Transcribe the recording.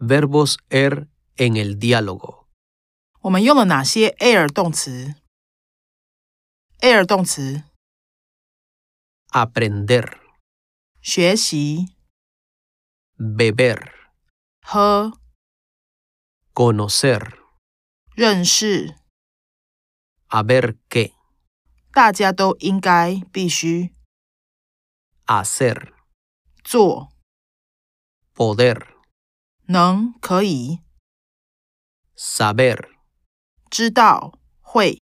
Verbos er en el diálogo. 我们用了哪些 air 动词？air 动词： Aprender, 学习、 beber, 喝、 conocer, 认识， haber que, 大家都应该必须 hacer, 做， poder, 能可以 saber. 知道会。